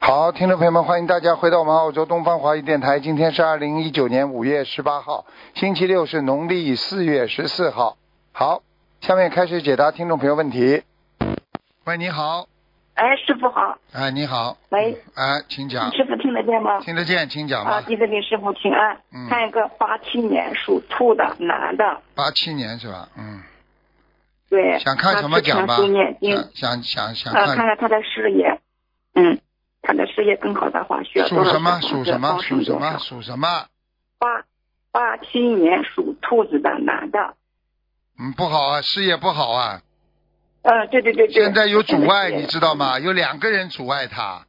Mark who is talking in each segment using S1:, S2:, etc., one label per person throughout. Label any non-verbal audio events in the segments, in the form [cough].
S1: 好，听众朋友们，欢迎大家回到我们澳洲东方华语电台。今天是二零一九年五月十八号，星期六，是农历四月十四号。好，下面开始解答听众朋友问题。喂，你好，
S2: 哎，师傅好，
S1: 哎，你好，
S2: 喂，
S1: 哎，请讲，
S2: 师傅听得见吗？
S1: 听得见，请讲
S2: 啊，
S1: 吧。
S2: 弟子给师傅请安。
S1: 嗯
S2: 看一个八七年属兔的男的，
S1: 八七年是吧？嗯，
S2: 对，
S1: 想看什么讲吧
S2: 他之前是念经，
S1: 想想想想
S2: 呃，嗯看
S1: 看
S2: 看他的事业，嗯，他的事业更好的话，需要
S1: 属
S2: 多少
S1: 什么？
S2: 小
S1: 属
S2: 房子
S1: 什么？
S2: 放
S1: 属
S2: 生
S1: 什
S2: 多
S1: 么？
S2: 少？
S1: 属什么？
S2: 八八七年属兔子的男的，
S1: 嗯，不好啊，事业不好啊，
S2: 呃，对对对对，
S1: 现在有阻碍，
S2: 现在是
S1: 你知道？吗？有两个人阻碍他，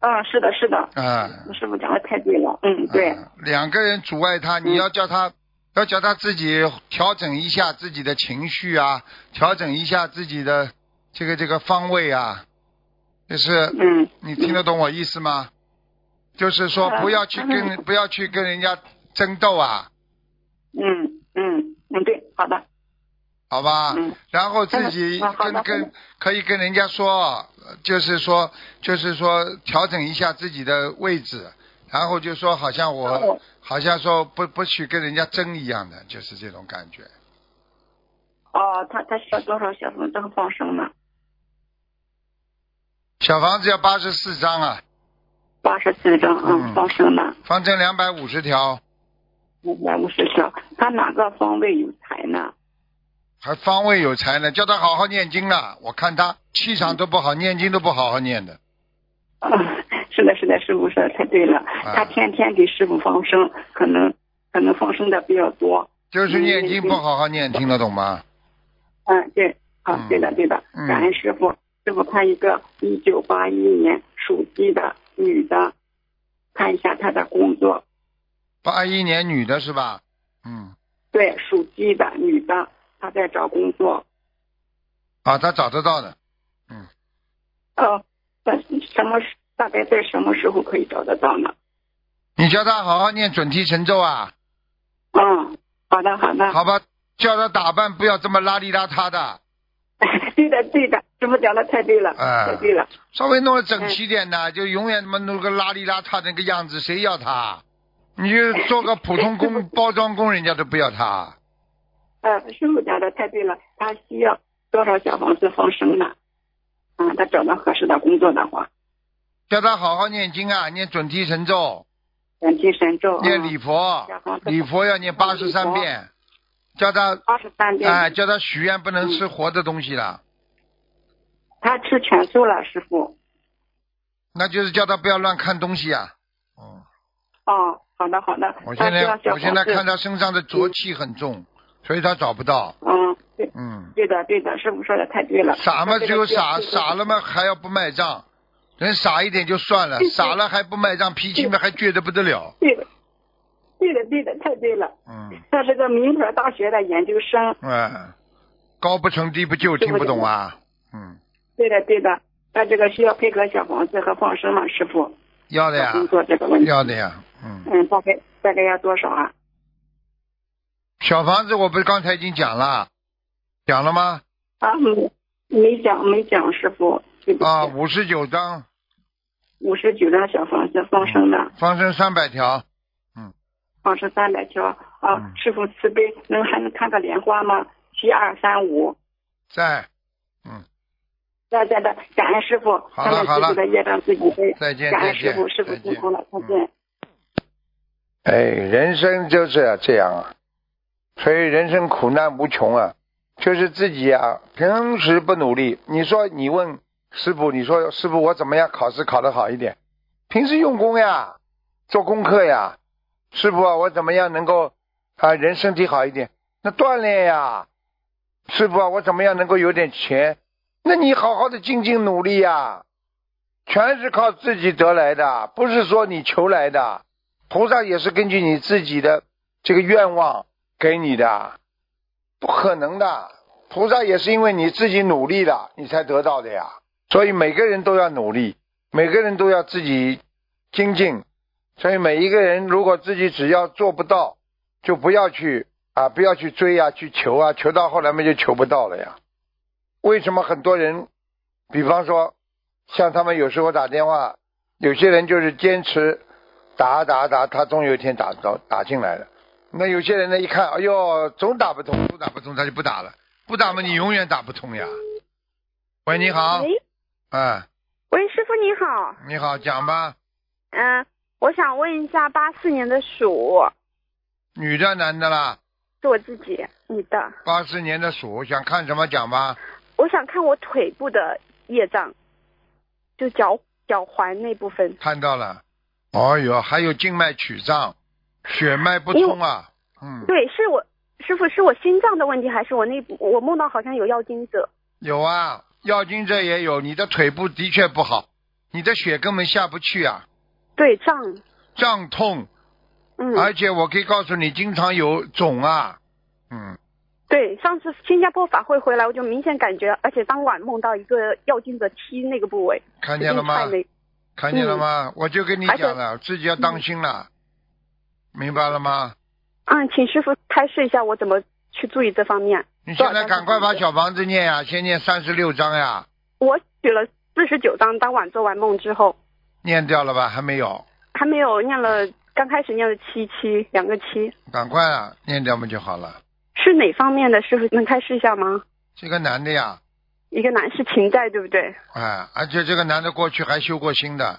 S2: 嗯，是的，是的，
S1: 嗯，
S2: 师傅讲的太对了，嗯，对，
S1: 嗯两个人阻碍他，
S2: 嗯
S1: 你要叫他，要叫他自己调整一下自己的情绪啊，调整一下自己的这个这个方位啊，就是
S2: 嗯，
S1: 你听得懂我意思吗？就是说
S2: 嗯
S1: 不要去跟不要去跟人家争斗啊，
S2: 嗯嗯嗯，对，好的，
S1: 好吧？
S2: 嗯
S1: 然后自己
S2: 嗯好
S1: 跟
S2: 的好
S1: 跟
S2: 的
S1: 可以跟人家说，呃就是说就是说调整一下自己的位置，然后就说好像我
S2: 哦
S1: 好像说不不许跟人家争一样的，就是这种感觉。
S2: 哦，他他需要多少小房子和放生呢？
S1: 小房子要八十四张啊，
S2: 八十四张，
S1: 嗯
S2: 嗯，放生呢
S1: 方正两百五十条，
S2: 五百五十条，他哪个方位有财呢？
S1: 还方位有才呢，叫他好好念经了。我看他气
S2: 嗯
S1: 场都不好，念经都不好好念的。
S2: 啊，是的，是的，师傅说的太对了，
S1: 啊
S2: 他天天给师傅放生，可能可能放生的比较多。
S1: 就是念经
S2: 嗯
S1: 不好好念，听得懂吗？
S2: 嗯，对，啊
S1: 嗯，
S2: 对的，对的，
S1: 嗯
S2: 感恩师傅。师傅看一个一九八一年属鸡的女的，看一下她的工作。
S1: 八一年女的是吧？嗯，
S2: 对，属鸡的女的，她在找工作。
S1: 啊，他找得到的。
S2: 哦，那什么时大概在什么时候可以找得到呢？
S1: 你叫他好好念准提神咒啊，
S2: 嗯，好的，好的。
S1: 好吧？叫他打扮不要这么邋里邋遢的，
S2: [laughs] 对的，对的，师傅讲的太对了，
S1: 哎
S2: 太对了。
S1: 稍微弄得整齐点的，就永远他妈弄个邋里邋遢那个样子，谁要他？你就做个普通工包装工，人家都不要他。
S2: 呃，师傅讲的太对了，他需要多少小房子放生呢？嗯，他找到合适的工作的话，
S1: 叫他好好念经啊，念准提神咒，
S2: 念经神咒，啊
S1: 念礼佛
S2: 小房，子
S1: 礼佛要念八十三遍。叫他
S2: 二十三遍，
S1: 哎，叫他许愿不能吃活的东西了，
S2: 他吃全素了，师傅。
S1: 那就是叫他不要乱看东西啊。嗯，
S2: 哦，好的，好的。
S1: 我
S2: 他
S1: 现
S2: 需啊要
S1: 在
S2: 小
S1: 我现在
S2: 房子
S1: 看他身上的浊气很重，所以他找不到。
S2: 嗯，对，
S1: 嗯，
S2: 对的，对的，师傅说的太对了。
S1: 傻嘛，
S2: 他这
S1: 只
S2: 个
S1: 有
S2: 需要
S1: 傻，
S2: 就是
S1: 傻了嘛还要不卖账，人傻一点就算了
S2: 对，对
S1: 傻了还不卖账，脾气嘛还倔得不得了。
S2: 对的，对的，对的，太对了。
S1: 嗯，
S2: [laughs] 他是个名牌大学的研究生，
S1: 哎，高不成低不就，听不懂啊？嗯，
S2: 对的，对的。他这个需要配合小房子和放生吗，师傅？
S1: 要的呀，
S2: 工作这个问题。
S1: 啊要的呀。嗯，
S2: 嗯，大概大概要多少啊？
S1: 小房子我不是刚才已经讲了，讲了吗？
S2: 啊，嗯，没讲没讲，师傅，对不
S1: 啊，
S2: 起，
S1: 五十九张，
S2: 五十九张小房子放生的，
S1: 放生三百条，
S2: 放生三百条啊
S1: 嗯，
S2: 师傅慈悲，能还能看个莲花吗？七二三五，
S1: 在，
S2: 再再的，感恩师傅，
S1: 了
S2: 看看
S1: 好
S2: 自
S1: 了
S2: 己的业障自己背，
S1: 再见
S2: 感
S1: 再
S2: 恩师
S1: 见
S2: 傅，师傅
S1: 再
S2: 辛
S1: 见
S2: 苦了，再
S1: 嗯
S2: 见。
S1: 哎，人生就是要这样啊，所以人生苦难无穷啊，就是自己啊，平时不努力。你说你问师傅，你说师傅我怎么样考试考得好一点？平时用功呀，做功课呀，师傅啊，我怎么样能够啊人身体好一点？那锻炼呀，师傅啊，我怎么样能够有点钱？那你好好的精进努力呀，全是靠自己得来的，不是说你求来的。菩萨也是根据你自己的这个愿望给你的，不可能的。菩萨也是因为你自己努力的，你才得到的呀。所以每个人都要努力，每个人都要自己精进。所以每一个人如果自己只要做不到，就不要去啊，不要去追啊，去求啊，求到后来嘛就求不到了呀。为什么很多人，比方说像他们有时候打电话有些人就是坚持打打打，他终有一天打到打进来了。那有些人呢，一看，哎呦，总打不通，总打不通，他就不打了。不打嘛，你永远打不通呀。喂，你好，
S2: 喂，
S1: 嗯，
S2: 喂，师傅你好，
S1: 你好，讲吧，
S2: 嗯、我想问一下，八四年的鼠
S1: 女的男的啦，
S2: 是我自己，你的，
S1: 八四年的鼠，想看什么讲吧。
S2: 我想看我腿部的业障，就脚脚踝那部分，
S1: 看到了，哦哟，还有静脉曲张，血脉不通啊，嗯，
S2: 对，是我师傅是我心脏的问题，还是我那部我梦到好像有药精者？
S1: 有啊，药精这也有，你的腿部的确不好，你的血根本下不去啊，
S2: 对，胀，
S1: 胀痛，
S2: 嗯，
S1: 而且我可以告诉你，经常有肿啊，嗯，
S2: 对，上次新加坡法会回来，我就明显感觉，而且当晚梦到一个药精者踢那个部位，
S1: 看见了吗
S2: 就？硬踹
S1: 看见了吗？我就跟你讲了，自己要当心了，明白了吗？
S2: 那嗯，请师傅开示一下我怎么去注意这方面。
S1: 你现在
S2: 多少
S1: 赶
S2: 张
S1: 快把
S2: 小
S1: 小房
S2: 房子
S1: 子念呀、先念三十六章呀、
S2: 我取了四十九章，当晚做完梦之后，
S1: 念掉了吧？还没有，
S2: 还没有念了，刚开始念了七七两个七，
S1: 赶快啊，念掉嘛就好了。
S2: 是哪方面的？师傅能开示一下吗？
S1: 这个男的呀，
S2: 一个男是情债，对不对？
S1: 哎，而且这个男的过去还修过心的，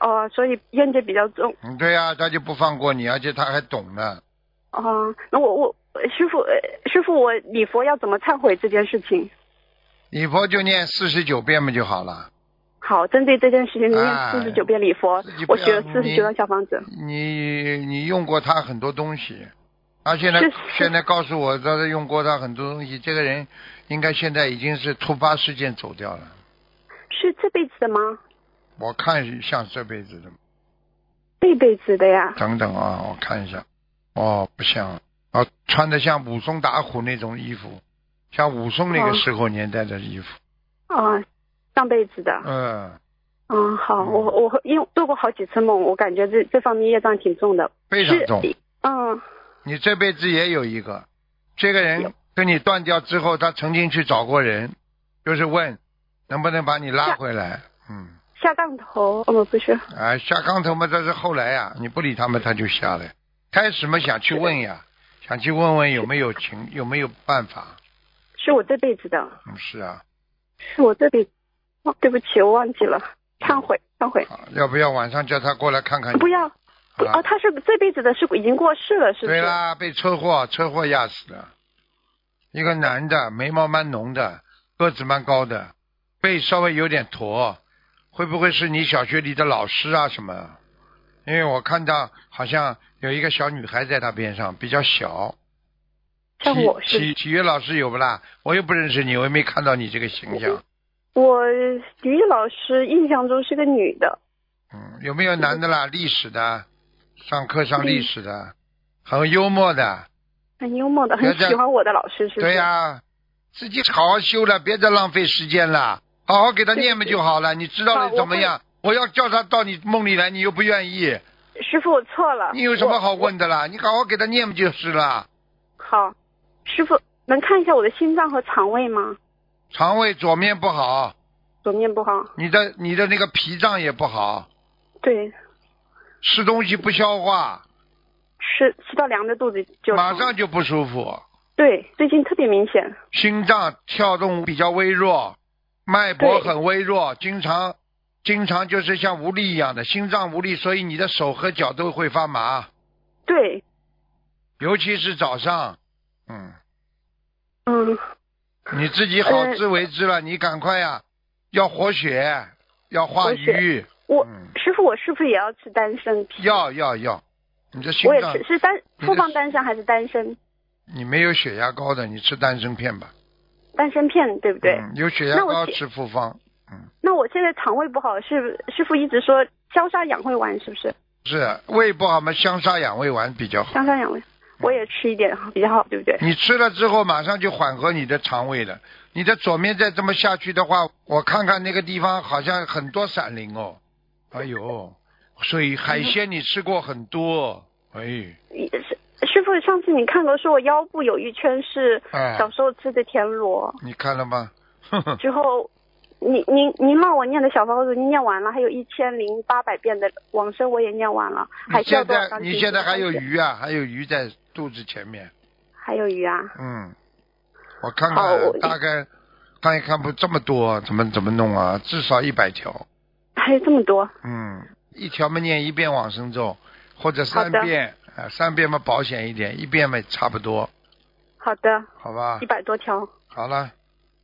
S2: 哦、所以冤结比较重。
S1: 嗯，对呀、他就不放过你，而且他还懂呢。
S2: 哦、那我我呃师傅呃师傅，我礼佛要怎么忏悔这件事情？
S1: 礼佛就念四十九遍嘛就好了。
S2: 好，针对这件事情，念
S1: 哎
S2: 四十九遍礼佛
S1: 自己，不
S2: 我
S1: 要
S2: 学了四十
S1: 你
S2: 九张小房
S1: 嗯
S2: 子。
S1: 你你用过他很多东西，他现在
S2: 是是
S1: 现在告诉我，他是用过他很多东西。这个人应该现在已经是突发事件走掉了，
S2: 是这辈子的吗？
S1: 我看像这辈子的。
S2: 这辈子的呀。
S1: 等等啊，我看一下。哦，不像啊，穿的像武松打虎那种衣服，像武松那个
S2: 哦
S1: 时候年代的衣服。
S2: 啊、上辈子的。
S1: 嗯，
S2: 嗯，好，
S1: 嗯
S2: 我我因为做过好几次梦，我感觉这这方面业障挺重的。
S1: 非常重。
S2: 是嗯，
S1: 你这辈子也有一个，这个人跟你断掉之后，他曾经去找过人，就是问能不能把你拉回来。嗯，
S2: 下杠头，哦不是，
S1: 啊，下杠头嘛，这是后来呀、你不理他们，他就下来。开始嘛，想去问呀，想去问问有没有情，有没有办法。
S2: 是我这辈子的，
S1: 嗯，是啊，
S2: 是我这辈子。哦，对不起，我忘记了，忏悔，忏悔。
S1: 好要不要晚上叫他过来看看你？
S2: 不要，
S1: 哎好了
S2: 哦，他是这辈子的，是已经过世了，是不
S1: 对
S2: 是？
S1: 啦，被车祸车祸压死的，一个男的，眉毛蛮浓的，个子蛮高的，背稍微有点驼，会不会是你小学里的老师啊什么？因为我看到好像有一个小女孩在他边上，比较小。
S2: 像
S1: 体
S2: 我是
S1: 体体育老师有不啦？我又不认识你，我又没看到你这个形象。
S2: 我体育老师印象中是个女的，
S1: 嗯，有没有男的啦？历史的，上课上历史的，很幽默的。
S2: 很幽默的，很
S1: 要这样
S2: 喜欢我的老师，是不是？
S1: 对呀、自己好好修了，别再浪费时间了，好好给他念嘛就好了。你知道
S2: 好
S1: 了
S2: 我
S1: 怎么样？我要叫他到你梦里来，你又不愿意，
S2: 师傅，我错了。
S1: 你有什么好
S2: 啊我
S1: 问的啦？你好好给他念不就是了？
S2: 好，师傅能看一下我的心脏和肠胃吗？
S1: 肠胃左面不好，
S2: 左面不好，
S1: 你的你的那个脾脏也不好，
S2: 对，
S1: 吃东西不消化，
S2: 吃吃到凉着肚子就
S1: 马
S2: 疼
S1: 上就不舒服，
S2: 对，最近特别明显。
S1: 心脏跳动比较微弱，脉搏
S2: 对
S1: 很微弱，经常经常就是像无力一样的，心脏无力，所以你的手和脚都会发麻。
S2: 对，
S1: 尤其是早上，嗯，
S2: 嗯，
S1: 你自己好
S2: 呃
S1: 自为之了，你赶快呀、要活血，要化
S2: 活血
S1: 瘀，
S2: 我、
S1: 嗯
S2: 师傅，我是不是也要吃丹参片？
S1: 要要要，你这心
S2: 我也
S1: 脏
S2: 吃，是丹
S1: 你
S2: 复
S1: 的
S2: 方丹参还是丹参？
S1: 你没有血压高的，你吃丹参片吧，
S2: 丹参片对不对？
S1: 嗯，有血压
S2: 那我
S1: 高
S2: 血
S1: 吃复方，
S2: 那我现在肠胃不好，是师傅一直说消杀养胃丸，是不是？
S1: 是胃不好嘛，香砂养胃丸比较好，
S2: 消杀养胃，我也吃一点比较好，对不对？
S1: 你吃了之后马上就缓和你的肠胃了，你的左面再这么下去的话，我看看那个地方好像很多闪灵哦，哎呦，所以海鲜你吃过很多，哎。
S2: 也是师傅，上次你看过说我腰部有一圈是
S1: 哎嗯
S2: 小时候吃的田螺，
S1: 你看了吗？呵呵
S2: 之后您您您让我念的小房子念完了，还有一千零八百遍的往生我也念完了，还
S1: 你
S2: 需要
S1: 现
S2: 多少
S1: 在
S2: 张
S1: 你
S2: 经
S1: 现在
S2: 者
S1: 还有
S2: 上去
S1: 鱼啊，还有鱼在肚子前面，
S2: 还有鱼啊？
S1: 嗯，我看看、
S2: 哦我
S1: 大概看一看不这么多，怎么怎么弄啊？至少一百条，
S2: 还有这么多？
S1: 嗯，一条嘛念一遍往生咒，或者
S2: 好
S1: 三
S2: 的
S1: 遍啊，三遍嘛保险一点，一遍嘛差不多，
S2: 好的，
S1: 好吧
S2: 一？百多条。
S1: 好了，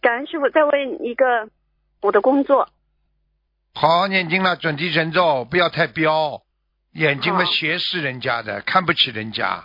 S2: 感恩师傅，再问一个我的工作，
S1: 好好念经了，准提神咒，不要太彪，眼睛嘛
S2: 好
S1: 斜视人家的，看不起人家，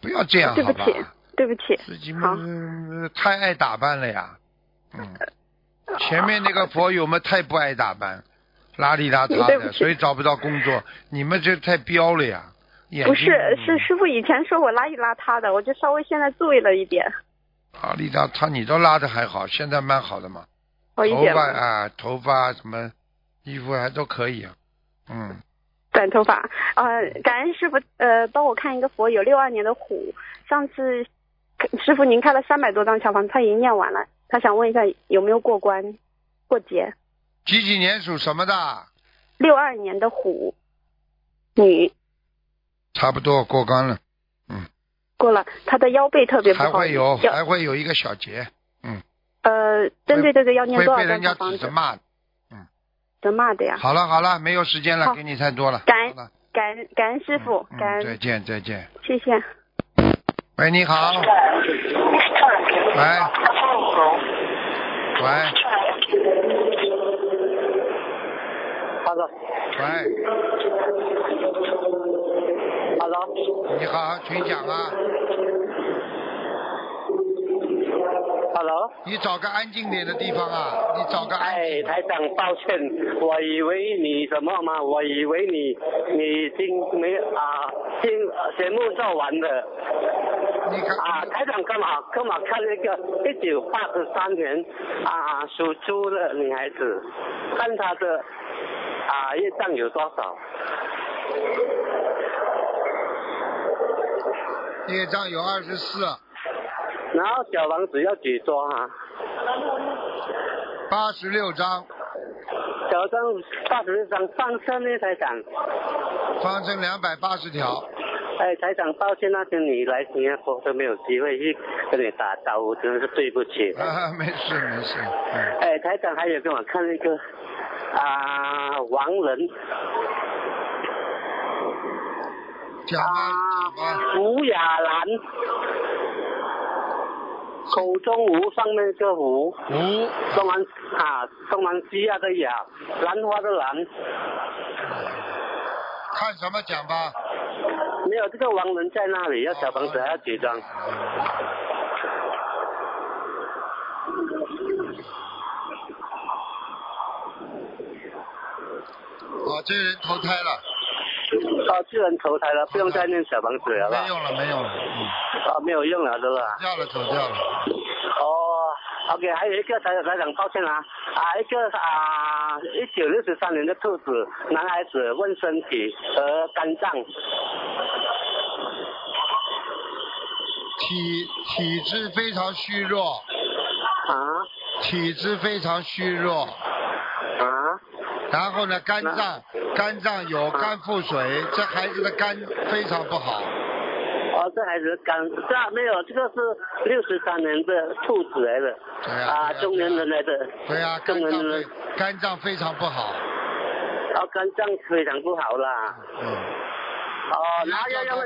S1: 不要这样，
S2: 对不
S1: 好吧？
S2: 起，对不起，
S1: 自己
S2: 好呃
S1: 嘛、呃太爱打扮了呀，嗯，前面那个佛友们太不爱打扮，邋里邋遢
S2: 对不
S1: 的，
S2: 起
S1: 所以找不到工作。你们这太彪了呀，眼睛嗯
S2: 呃不是是师傅以前说我邋里邋遢的，我就稍微现在注意了一点，
S1: 邋里邋遢，你都拉的还好，现在蛮好的嘛，
S2: 好一
S1: 头
S2: 点
S1: 发
S2: 了，
S1: 啊，头发什么衣服还都可以啊，嗯，
S2: 短头发。呃，感恩师傅，呃，帮我看一个佛友，六二年的虎，上次师傅您开了三百多张小房，他已经念完了，他想问一下有没有过关过节？
S1: 几几年属什么的？
S2: 六二年的虎女
S1: 差不多过关了，
S2: 过了，她的腰背特别不
S1: 还
S2: 好，
S1: 会有
S2: 要
S1: 还会有一个小节，
S2: 呃，针对这个要念
S1: 会
S2: 多
S1: 被
S2: 少
S1: 人
S2: 张
S1: 家
S2: 小
S1: 指着
S2: 房子？
S1: 骂的。
S2: 责骂的呀。
S1: 好了好了，没有时间了，
S2: 好
S1: 给你太多了。
S2: 感恩
S1: 好了
S2: 感恩感恩师傅，
S1: 嗯
S2: 感恩、
S1: 再见再见。
S2: 谢谢。
S1: 喂，你好。喂。喂
S3: 哈喽，
S1: 喂，
S3: 哈喽，
S1: 你好，请讲啊！
S3: 哈喽。
S1: 你找个安静点的地方啊！你找个安
S3: 哎，台长，抱歉，我以为你什么嘛？我以为你你已经没啊，节节目做完了
S1: 你
S3: 啊。
S1: 看，
S3: 台长干嘛干嘛看那个一九八十三年啊属猪的女孩子，看她的啊业障有多少？
S1: 业障有二十四，
S3: 然后小王子要几多啊？
S1: 八十六章，
S3: 小张八十张上升呢，台长。
S1: 方正两百八十条。
S3: 哎，台长，抱歉，那天你来新加坡都没有机会去跟你打招呼，真的是对不起。
S1: 啊，没事没事，嗯，
S3: 哎，台长，还有给我看那个啊，王仁
S1: 讲吧
S3: 啊
S1: 讲嗯吧，，
S3: 吴雅兰，口中无上面一个无，
S1: 五
S3: 东南啊，东南西亚的雅，兰花的兰，
S1: 看什么讲吧？
S3: 没有这个王仁在那里，要小房子还要几张？
S1: 哦，这人投胎了，
S3: 哦，这人投胎了，不用再念小房子了吧
S1: 没？用了没用了，嗯，
S3: 啊，没有用了，对吧？
S1: 掉了走掉了，
S3: 哦，OK，还有一个台长台长，抱歉啊，啊，一个啊，一九六十三年的兔子男孩子问身体和肝脏，
S1: 体体质非常虚弱，
S3: 啊
S1: 体质非常虚弱，
S3: 啊，
S1: 然后呢，肝脏肝脏有肝腹水，这孩子的肝非常不好，
S3: 哦，这孩子肝，这、啊、没有，这个是六十三年的兔子来的，
S1: 对呀
S3: 啊，
S1: 对呀
S3: 中年人来的，
S1: 对呀、
S3: 中
S1: 肝
S3: 年
S1: 脏
S3: 人
S1: 非，肝脏非常不好，
S3: 然后肝脏非常不好啦，
S1: 嗯，
S3: 哦，然后要要要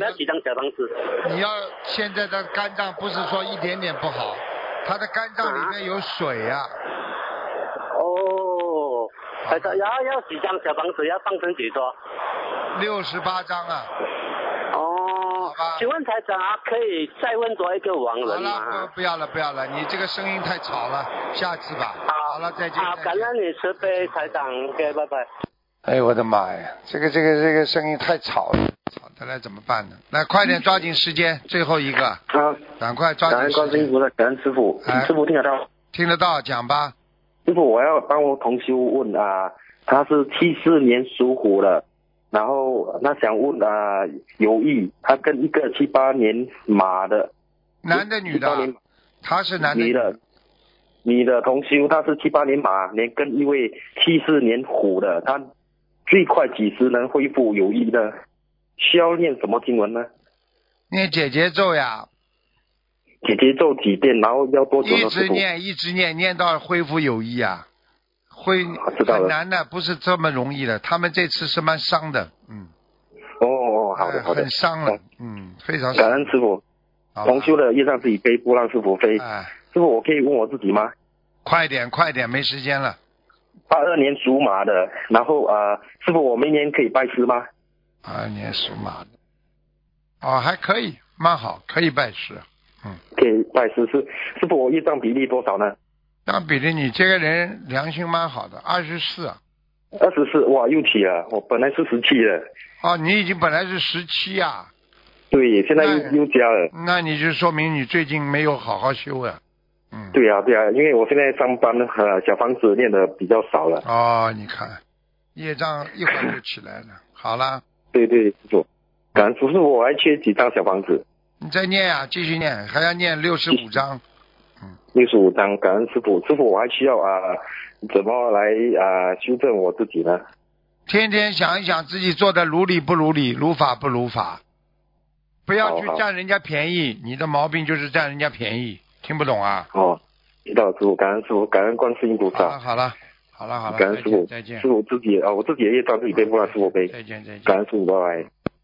S3: 要，要几张小房子？
S1: 你要现在的肝脏不是说一点点不好，他的肝脏里
S3: 啊
S1: 面有水啊呀、
S3: 哦，台长，然后要几张小房子？要放成几多？
S1: 六十八章啊，好
S3: 哦
S1: 吧，
S3: 请问台长啊，可以再问多一个王
S1: 好
S3: 人
S1: 了，
S3: 吗
S1: 不？不要了，不要了，你这个声音太吵了，下次吧。好了，再见。
S3: 好，
S1: 再
S3: 啊感
S1: 见
S3: 恩你慈悲，台长，OK，拜拜。
S1: 哎呦我的妈呀，这个这个这个声音太吵了，吵得来怎么办呢？来，快
S3: 嗯
S1: 点抓紧时间，最后一个，
S4: 啊，
S1: 赶快抓
S4: 感
S1: 紧
S4: 恩
S1: 时
S4: 观世音
S1: 间。
S4: 菩萨，感恩师傅，
S1: 哎
S4: 师傅听得到？
S1: 听得到，讲吧。
S4: 师傅，我要帮我同修问啊，他是七四年属虎的，然后他想问啊，有意他跟一个七八年马的，
S1: 男的女的
S4: 78
S1: 啊？
S4: 年
S1: 他是男的
S4: 女的，你的同修他是七八年马，连跟一位七四年虎的，他最快几时能恢复有益呢？需要念什么经文呢？
S1: 念姐姐咒呀，
S4: 姐姐咒几遍，然后要多久
S1: 一
S4: 呢？
S1: 直
S4: 师傅？
S1: 念一直念，念到恢复有益啊，会
S4: 啊知道了
S1: 很难的，不是这么容易的。他们这次是蛮伤的，嗯，
S4: 哦哦，好的
S1: 呃
S4: 好的
S1: 很，伤了
S4: 好，
S1: 嗯，非常
S4: 感
S1: 伤
S4: 恩。师傅，
S1: 好吧
S4: 同修的业障自己背，不让师傅背。
S1: 哎，
S4: 师傅，我可以问我自己吗？
S1: 快点快点，没时间了。
S4: 八二年属马的，然后啊、呃师傅，我明年可以拜师吗？
S1: 二年属马的，哦，还可以，蛮好，可以拜师。
S4: 可以拜师是师傅，我业障比例多少呢？
S1: 但比利，你这个人良心蛮好的，二十四。啊
S4: 二十四，哇，又起了，我本来是十七的，
S1: 哦，你已经本来是十七啊，
S4: 对，现在又、
S1: 哎
S4: 又加了。
S1: 那你就说明你最近没有好好修啊。嗯。。
S4: 对啊，对啊，因为我现在上班呃，小房子练的比较少了。
S1: 哦，你看，业障一会儿就起来了。好了，
S4: 对对，师傅，感恩师傅，我还缺几张小房子，
S1: 你再念啊，继续念，还要念六十五章。
S4: 六十五张，感恩师傅，师傅我还需要啊、怎么来啊、修正我自己呢？
S1: 天天想一想自己做的如理不如理，如法不如法，不要去
S4: 好好
S1: 占人家便宜。你的毛病就是占人家便宜，听不懂啊？
S4: 哦，知道师傅，感恩师傅，感恩观世音菩
S1: 好了
S4: 萨，
S1: 好了好了好了，
S4: 感恩
S1: 再
S4: 师傅
S1: 见，再见
S4: 师傅自己啊、我自己的业障自己背，不让师傅背，
S1: 再见再见。
S4: 感恩师傅，拜拜。